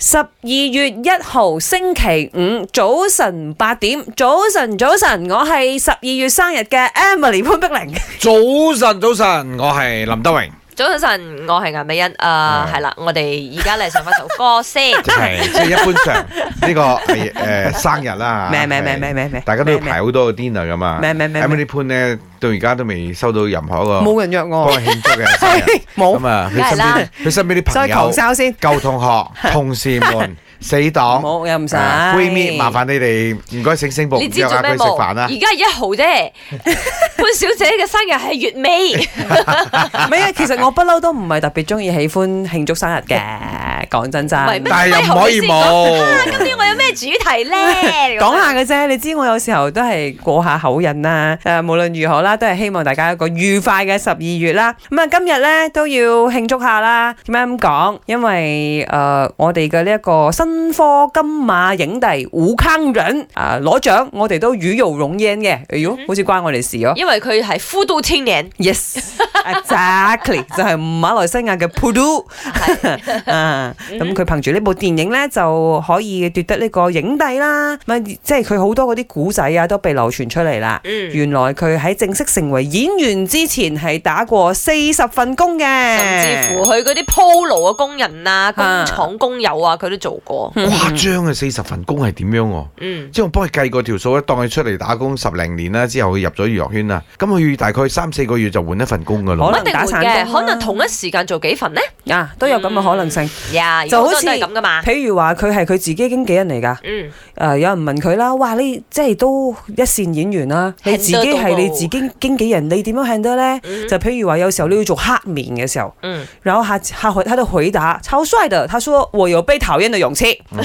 十二月一號星期五早晨八點，早晨早晨，我係十二月生日嘅 Emily 潘碧玲。早晨，早晨，我係林德榮，早晨，我係顏美欣，啊、係係啦，我哋而家嚟唱翻首歌先。即係即係一 般上呢個係誒生日啦，咩咩咩咩咩咩，大家都要排好多個 dinner 噶嘛。咩咩咩咩 Emily Pan 咧，到而家都未收到任何一個冇人約幫我，佢慶祝 嘅生日。冇咁，啊，佢梗係身啦邊佢身邊啲所朋以求友、生先，舊 同學、同事們、死黨、冇又唔使。啊閨蜜，麻煩你哋唔該醒醒目，你約知做下佢咩食冇？飯啊而家啦。係一號啫，潘小姐嘅生日係月尾，唔係啊，其實我不嬲都唔係特別中意喜歡慶祝生日嘅，講真真。唔係咩但係又唔可以 咪後冇。今年我有咩主題啊咧？講下嘅啫，你知我有時候都係過下口癮啦。誒、無論如何啦，都係希望大家有一個愉快嘅十二月啦。咁、啊，今日咧都要慶祝下啦。點解咁講？因為誒、呃我哋嘅呢一個新科金馬影帝胡坑人啊攞獎，我哋都與有榮焉嘅。哎呦，好似關我哋事哦。因為佢係呼都青年， Yes，exactly 就係馬來西亞嘅 Pudu 啊，咁佢憑住呢部電影咧就可以奪得呢個影帝啦。咪即係佢好多嗰啲古仔啊，都被流傳出嚟啦。嗯，原來佢喺正式成為演員之前係打過四十份工嘅，甚至乎佢嗰啲鋪路嘅工人啊、工啊廠工友啊，佢都做過。誇張嘅四十份工係點樣喎？嗯，即係我幫佢計過條數咧，當佢出嚟打工十零年啦，之後佢入咗娛樂圈啦，咁佢大概三四個月就換一份工噶可啦。唔能一定打會散工啦嘅，可能同一時間做幾份呢？啊都有咁嘅可能性。呀，就好好多人都係似咁噶嘛。譬如話佢係佢自己經紀人嚟㗎。嗯，誒、呃有人問佢啦，哇！你即係都一線演員啦，你自己 handle 到係喎你自己經紀人，你點樣 handle 咧？嗯就譬如話，有時候你要做黑面嘅時候，嗯，然後他他回他的回答超帥的，他說我有被討厭的勇氣。嗯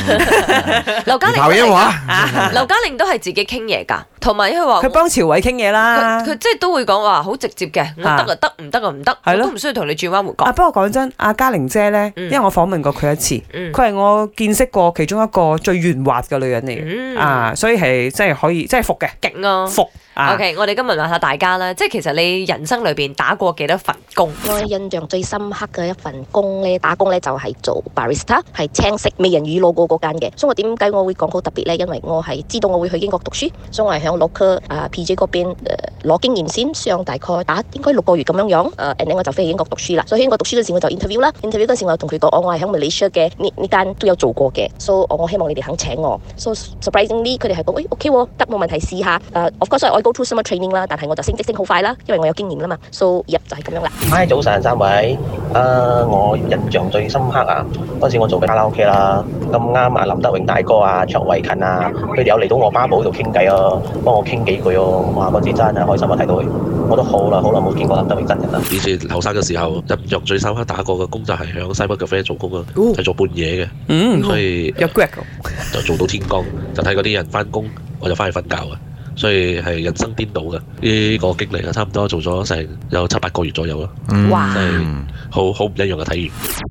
劉嘉唔玲頭都係一㗎 話，劉嘉玲都係自己傾嘢㗎，同埋佢話佢幫朝偉傾嘢啦哦佢。佢即係都會講話好直接嘅，我啊得就得，唔得就唔得，係我咯都唔需要同你轉彎抹啊，角。不過講真，阿嘉玲姐咧，嗯因為我訪問過佢一次，嗯佢係我見識過其中一個最圓滑嘅女人嚟嘅，嗯啊，所以係真係可以，真係服嘅，勁啊服啊。 ！OK，我哋今日問下大家啦，即係其實你人生裏邊打過幾多份工？我印象最深刻嘅一份工咧，打工咧就係做 barista，係青色美人魚 logo 嗰間嘅。所以我點解我會講好特別咧？因為我係知道我會去英國讀書，所以我係響 local 啊 PJ 嗰邊呃攞、經驗先，上大概打應該六個月咁樣樣。誒、呃，and then 我就飛去英國讀書啦。所以英國讀書嗰時我就 interview 啦，interview 嗰時我就同佢講，哦我我係響 Malaysia 嘅呢呢間都有做過嘅，所、so, 以我希望你哋肯請我。So surprisingly，佢哋係講，誒、OK 喎，得冇問題試下。誒、of 呃 course 我 go through summer training 啦，但係我就升職升好快啦，因為我有經驗啦嘛。So 入就係咁樣啦。嗨，早晨三位，啊，我印象最深刻啊，嗰時我做嘅卡拉 OK 啦，咁啱啊林德榮大哥啊、卓慧勤啊，佢哋有嚟到我巴寶度傾偈啊，幫我傾幾句哦，哇，嗰次真係開心啊，睇到佢，我都好耐好耐冇見過林德榮真人啦。以前後生嘅時候，入入最深刻打過嘅工就係響西北咖啡做工啊，哦係做半夜嘅，嗯，所以有 Greg 就做到天光，就睇嗰啲人翻工，我就翻去瞓覺啊，所以係人生顛倒嘅呢個經歷啊，差唔多做咗成有七八個月左右啦，嗯哇真係好好唔一樣嘅體驗。